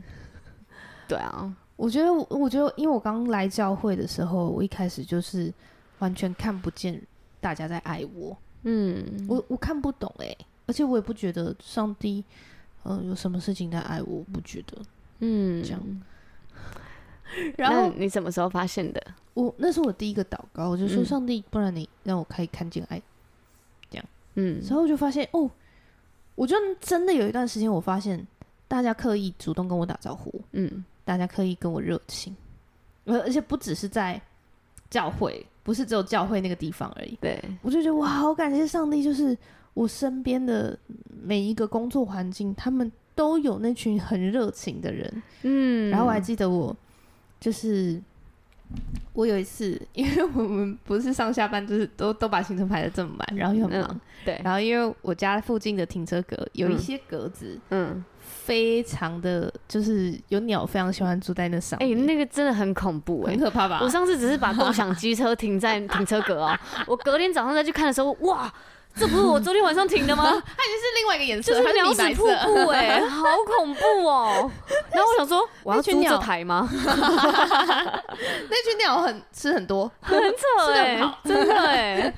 对啊，我觉得我，我觉得，因为我刚来教会的时候，我一开始就是完全看不见大家在爱我，嗯我我看不懂哎、而且我也不觉得上帝，呃，有什么事情在爱我，我不觉得。嗯，这样那然后你什么时候发现的？我那是我第一个祷告，我就说嗯上帝，不然你让我可以看见爱。嗯然后我就发现哦，我就真的有一段时间，我发现大家刻意主动跟我打招呼，嗯大家刻意跟我热情，呃而而且不只是在教会，不是只有教会那个地方而已。对，我就觉得哇，好感谢上帝，就是我身边的每一个工作环境，他们都有那群很热情的人。嗯，然后我还记得我就是我有一次，因为我们不是上下班就是都都把行程排的这么满，然后又很忙，嗯对，然后因为我家附近的停车格有一嗯些格子，嗯，非常的就是有鸟非常喜欢住在那上哎、面，那个真的很恐怖哎、很可怕吧？我上次只是把共享机车停在停车格哦， 我隔天早上再去看的时候，哇，这不是我昨天晚上停的 吗？ 它已啊经是另外一个颜就色，是它鸟米屎白瀑色。布哎、 好恐怖哦！然后我想说，我要租这台吗？ 那群鸟很吃很多，很扯 哎、真的哎、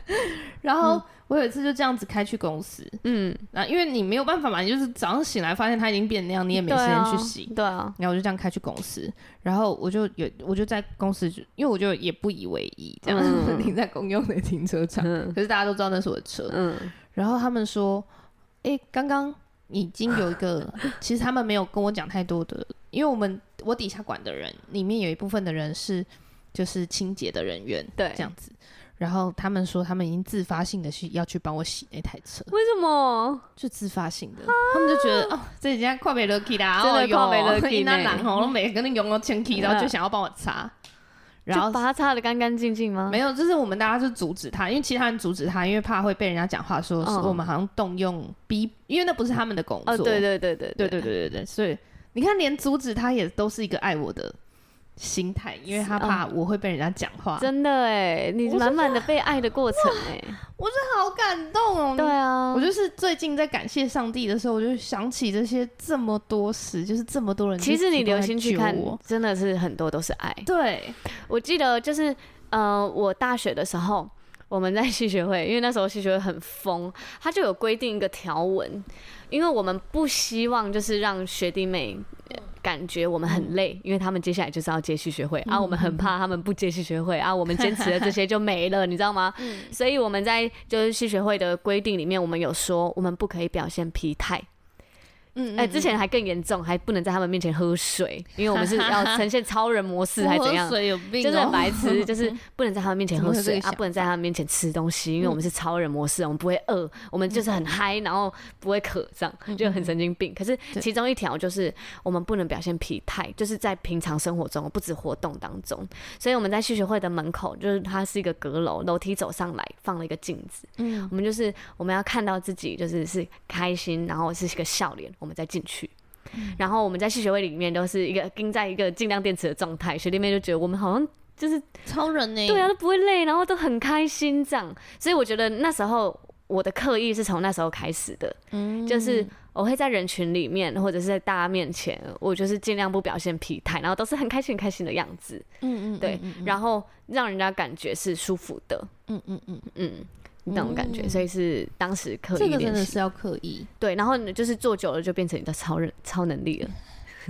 然后我有一次就这样子开去公司，嗯，啊，因为你没有办法嘛，你就是早上醒来发现它已经变那样，你也没对时间啊去洗。对啊，然后我就这样开去公司，然后我就有我就在公司就，因为我就也不以为意，这样、嗯 停在公用的停车场。嗯可是大家都知道那是我的车，嗯然后他们说：“哎、刚刚已经有一个， 其实他们没有跟我讲太多的，因为我们我底下管的人里面有一部分的人是就是清洁的人员，对这样子。然后他们说他们已经自发性的去要去帮我洗那台车，为什么？就自发性的，他们就觉得哦，这已经快没 lucky 啦，啊真的哦快没哟 lucky 那呢嗯狼哦，每个人用了清洁，然后就想要帮我擦，然后就把它擦的干干净净吗？没有，就是我们大家就阻止他，因为其他人阻止他，因为怕会被人家讲话说是嗯我们好像动用逼，因为那不是他们的工作。哦，对对对对对对对对对所以你看，连阻止他也都是一个爱我的心态，因为他怕我会被人家讲话。嗯真的哎、你我就满满的被爱的过程哎、我真的好感动哦！对啊， 我就是最近在感谢上帝的时候，我就想起这些这么多事，就是这么多人。其实你留心去看我，，真的是很多都是爱。对，我记得就是，呃，我大学的时候，我们在戏学会，因为那时候戏学会很疯，他就有规定一个条文，因为我们不希望就是让学弟妹。呃感觉我们很累，因为他们接下来就是要接戏学会、啊，我们很怕他们不接戏学会啊，我们坚持的这些就没了，你知道吗？所以我们在就是戏学会的规定里面，我们有说我们不可以表现疲态，嗯哎、之前还更严重，还不能在他们面前喝水，因为我们是要呈现超人模式，还怎样？水有病、哦就是很白痴， 就是不能在他们面前喝怎么会水有这个啊，想嗯不能在他们面前吃东西，因为我们是超人模式，啊我们不会饿，我们就是很嗨，然后不会渴，这样就很神经病。可是嗯对其中一条就是我们不能表现疲态，就是在平常生活中，不止活动当中。所以我们在戏学会的门口，就是它是一个阁楼，楼梯走上来放了一个镜子，嗯，我们就是我们要看到自己就是是开心，然后是一个笑脸，我们再进去。嗯然后我们在戏学会里面都是一个盯在一个尽量电池的状态，学弟妹就觉得我们好像就是超人呢、对啊，，都不会累，然后都很开心这样。所以我觉得那时候我的刻意是从那时候开始的，嗯就是我会在人群里面或者是在大家面前，我就是尽量不表现疲态，然后都是很开心很开心的样子，嗯嗯，对，然后让人家感觉是舒服的，嗯嗯嗯，嗯。那种感觉，嗯所以是当时刻这意个真练的习，是要刻意，对，然后你就是做久了就变成你的超人超能力了，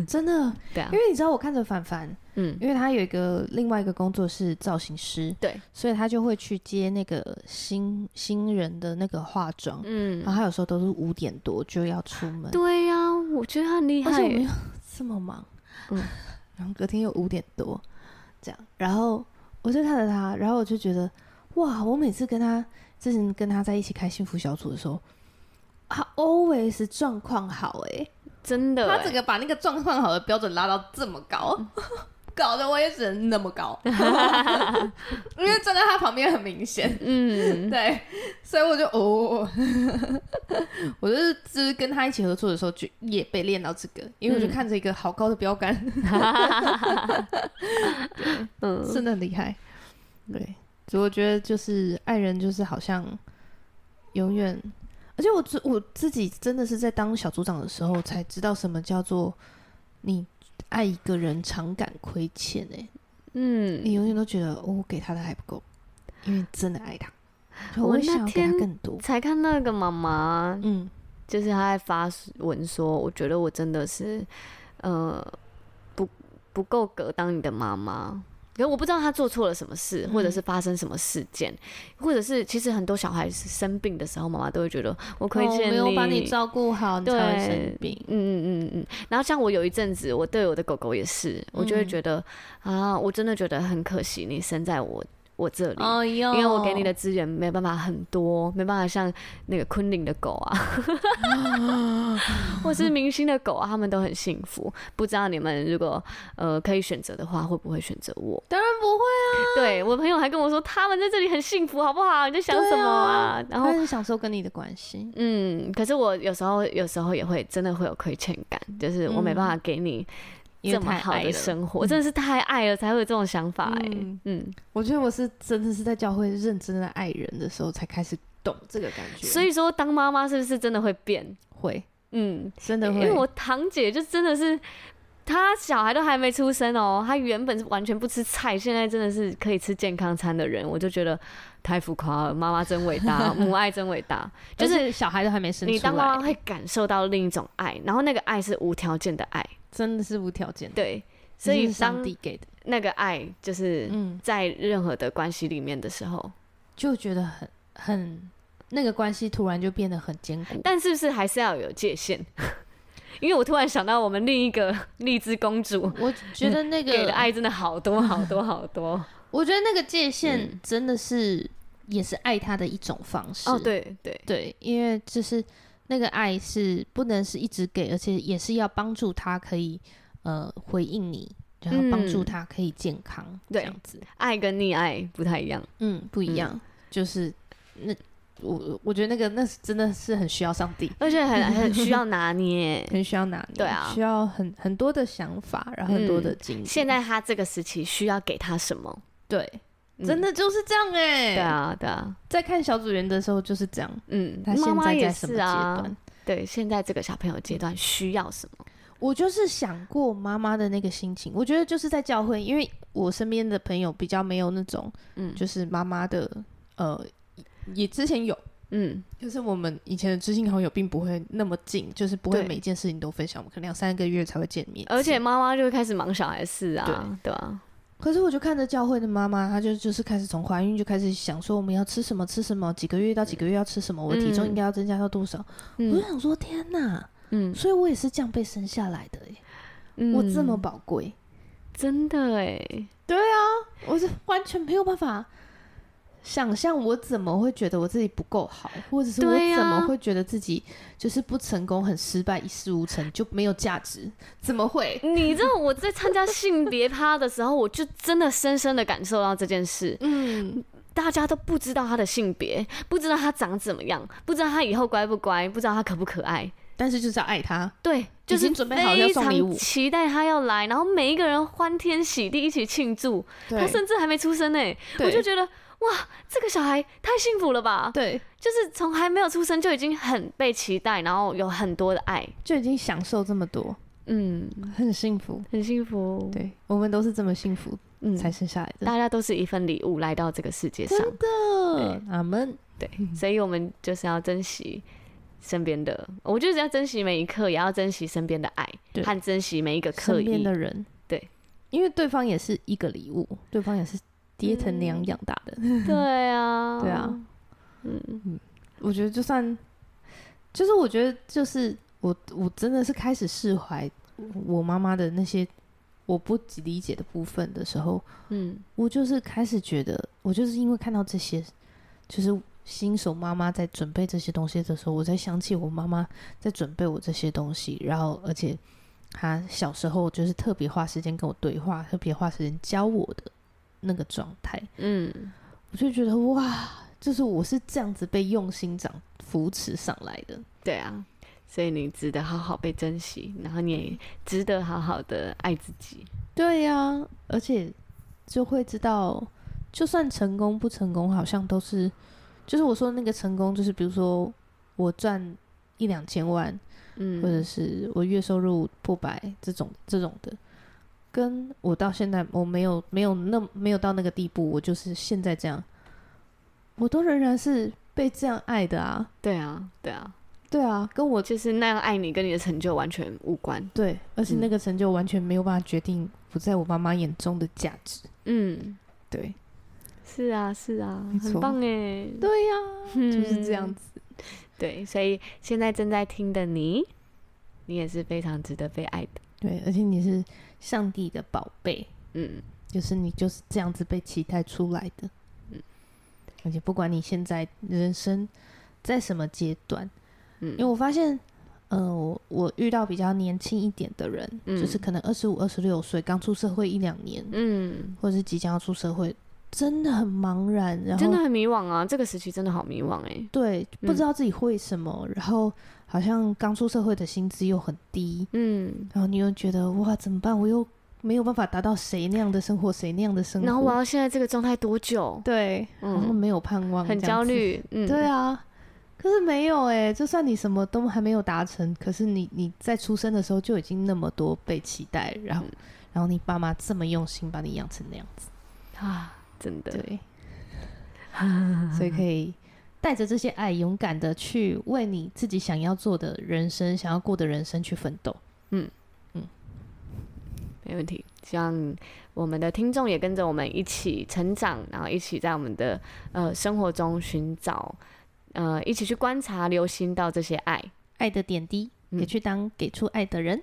真的，对啊因，为你知道我看着凡凡，嗯，因为他有一个另外一个工作是造型师，对，所以他就会去接那个新新人的那个化妆，然嗯，后他有时候都是五点多就要出门，对啊呀、我觉得他很厉而且害我们耶，又这么忙，嗯然后隔天又五点多这样，然后我就看着他，然后我就觉得哇，我每次跟他之前跟他在一起开幸福小组的时候。他 always 状况好哎、真的耶，他整个把那个状况好的标准拉到这么高， 搞得我也只能那么 高，因为站在他旁边很明显，嗯，对，所以我就哦， 我就是就是跟他一起合作的时候，就也被练到这个，因为我就看着一个好高的标杆， 嗯，真的很厉害，对，所以我觉得就是爱人就是好像永远。而且我自我自己真的是在当小组长的时候才知道什么叫做你爱一个人常感亏欠哎、嗯，你永远都觉得、哦、我给他的还不够，因为真的爱他，所我以我会那想要给他天更多。才看那个妈妈，嗯，就是她在发文说，我觉得我真的是，呃，不不够格当你的妈妈。可是我不知道她做错了什么嗯事，或者是发生什么事件，或者是其实很多小孩子生病的时候，妈妈都会觉得我亏欠哦没你，有把你照顾好，你才会对生病。嗯嗯嗯嗯，然后像我有一阵子，我对我的狗狗也是，我就会嗯觉得、啊，我真的觉得很可惜，你生在我我这里，哎呦因为我给你的资源没办法很多，没办法像那个昆凌的狗 啊，或是明星的狗啊，他们都很幸福。不知道你们如果呃可以选择的话，会不会选择我？当然不会啊，对我朋友还跟我说，他们在这里很幸福，好不好？你在想什么啊？然后他。很享受跟你的关系。嗯，可是我有时候有时候也会真的会有亏欠感，就是我没办法给你嗯因为这么太好爱的了生活，真的是太爱了才会有这种想法哎、嗯嗯，我觉得我是真的是在教会认真的爱人的时候，才开始懂这个感觉。所以说当妈妈是不是真的会变？会嗯，真的会，因为我堂姐就真的是，她小孩都还没出生哦，她原本是完全不吃菜，现在真的是可以吃健康餐的人，我就觉得太浮夸了，妈妈真伟 大，母爱真伟大，就。就是是小孩都还没生你出当妈妈来，会感受到另一种爱，然后那个爱是无条件的爱，真的是无条件的，对，所这以是上当帝给的，那个爱就是嗯，在任何的关系里面的时候，就觉得很很那个关系突然就变得很坚固。但是不是还是要有界限？ 因为我突然想到我们另一个 荔枝公主我觉得那给的个爱真的好多好多好多我觉得那个界限真的是、也是爱他的一种方式。哦，对对，嗯对，因为就是那个爱是不能是一直给，而且也是要帮助他可以呃回应你，然后帮助嗯他可以健康、对这样子。爱跟溺爱不太一样，嗯，不一样，就是那我我觉得那个那是真的是很需要上帝，。而且 很很需要拿捏很需要拿捏，对啊需要很很多的想法，然后很多的嗯经 历。现在她这个时期需要给她什么？对，嗯真的就是这样哎、对，啊，对啊，在看小组员的时候就是这样。嗯，他妈现妈在也在什么是阶啊段？，对，现在这个小朋友阶段需要什么？我就是想过妈妈的那个心情。我觉得就是在教会，因为我身边的朋友比较没有那种，嗯就是妈妈的，呃，也之前有，嗯，就是我们以前的知心好友并不会那么近，就是不会对每件事情都分享，我们可能两三个月才会见面一次。而且妈妈就会开始忙小孩的事啊，对吧？可是我就看着教会的妈妈，她就就是开始从怀孕就开始想说我们要吃什么吃什么，几个月到几个月要吃什么，我的体重嗯应该要增加到多少。我嗯就想说天哪，嗯，所以我也是这样被生下来的、欸，我这么嗯宝贵，真的哎， 我是完全没有办法想象我怎么会觉得我自己不够好，或者是我对呀怎么会觉得自己就是不成功、很失败、一事无成就没有价值？怎么会？你知道我在参加性别趴的时候，我就真的深深的感受到这件事。嗯，大家都不知道他的性别，不知道他长怎么样，不知道他以后乖不乖，不知道他可不可爱。但是就是要爱他，对，就已是经准备好要送礼物非常期待他要来，然后每一个人欢天喜地一起庆祝。他对甚至还没出生呢、我对就觉得哇，这个小孩太幸福了吧！对，就是从还没有出生就已经很被期待，然后有很多的爱，就已经享受这么多，嗯，很幸福。很幸福。对我们都是这么幸福嗯，才生下来的，大家都是一份礼物来到这个世界上，的，俺们对，所以我们就是要珍惜身边的，我就是要珍惜每一刻，也要珍惜身边的爱对和珍惜每一个刻身边意。的人，对，因为对方也是一个礼物，对方也是爹疼嗯娘养大的，对啊，对啊，嗯，我觉得就算，就是我觉得就是我我真的是开始释怀我妈妈的那些我不理解的部分的时候，嗯我就是开始觉得，我就是因为看到这些，就是新手妈妈在准备这些东西的时候，我才想起我妈妈在准备我这些东西，然后而且她小时候就是特别花时间跟我对话，特别花时间教我的那个状态，嗯，我就觉得哇，就是我是这样子被用心长扶持上来的，对啊，所以你值得好好被珍惜，然后你也值得好好的爱自己。对呀、而且就会知道，就算成功不成功，好像都是，就是我说的那个成功，就是比如说我赚一两千万，嗯，或者是我月收入破百这种这种的，跟我到现在我没有没有那没有到那个地步，我就是现在这样，我都仍然是被这样爱的啊，对啊，对啊，对啊，跟我就是那样爱你跟你的成就完全无关。对，而且嗯那个成就完全没有办法决定我在我妈妈眼中的价值，嗯，对，是啊，是啊没，很错棒哎，对呀、就就是这样子。对，所以现在正在听的你，你也是非常值得被爱的。对，而且你是上帝的宝贝，嗯，就是你就是这样子被期待出来的。嗯而且不管你现在人生在什么阶段，嗯因为我发现，呃，我我遇到比较年轻一点的人，嗯就是可能二十五、二十六岁，刚出社会一两年，嗯，或者是即将要出社会，真的很茫然，然后真的很迷惘啊，这个时期真的好迷惘哎、对嗯不知道自己会什么，然后好像刚出社会的薪资又很低，嗯，然后你又觉得哇，怎么办？我又没有办法达到谁那样的生活，谁那样的生活，然后我要现在这个状态多久？对，然后嗯，没有盼望，很这样焦子。虑。嗯，对啊，可是没有哎、就算你什么都还没有达成，可是你你在出生的时候就已经那么多被期待，然后、嗯然后你爸妈这么用心把你养成那样子，啊，真的。 对，所以可以。带着这些爱，勇敢的去为你自己想要做的人生、想要过的人生去奋斗。没问题，希望我们的听众也跟着我们一起成长，然后一起在我们的呃生活中寻找，呃，一起去观察、留心到这些爱。爱的点滴，嗯也去当给出爱的人。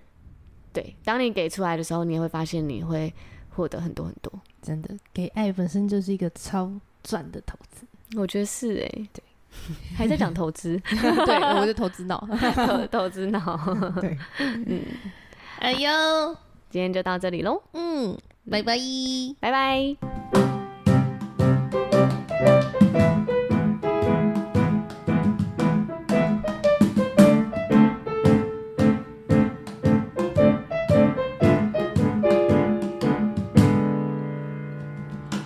对，当你给出来的时候，你也会发现你会获得很多很多。真的，给爱本身就是一个超赚的投资。 我觉得是哎、对，还在讲投资，对，我就投资 脑。 投投资脑。 对，哎呦， 今天就到这里喽，嗯，拜拜。拜拜。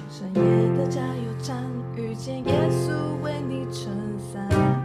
深夜的加油站，遇见耶稣为你撑伞。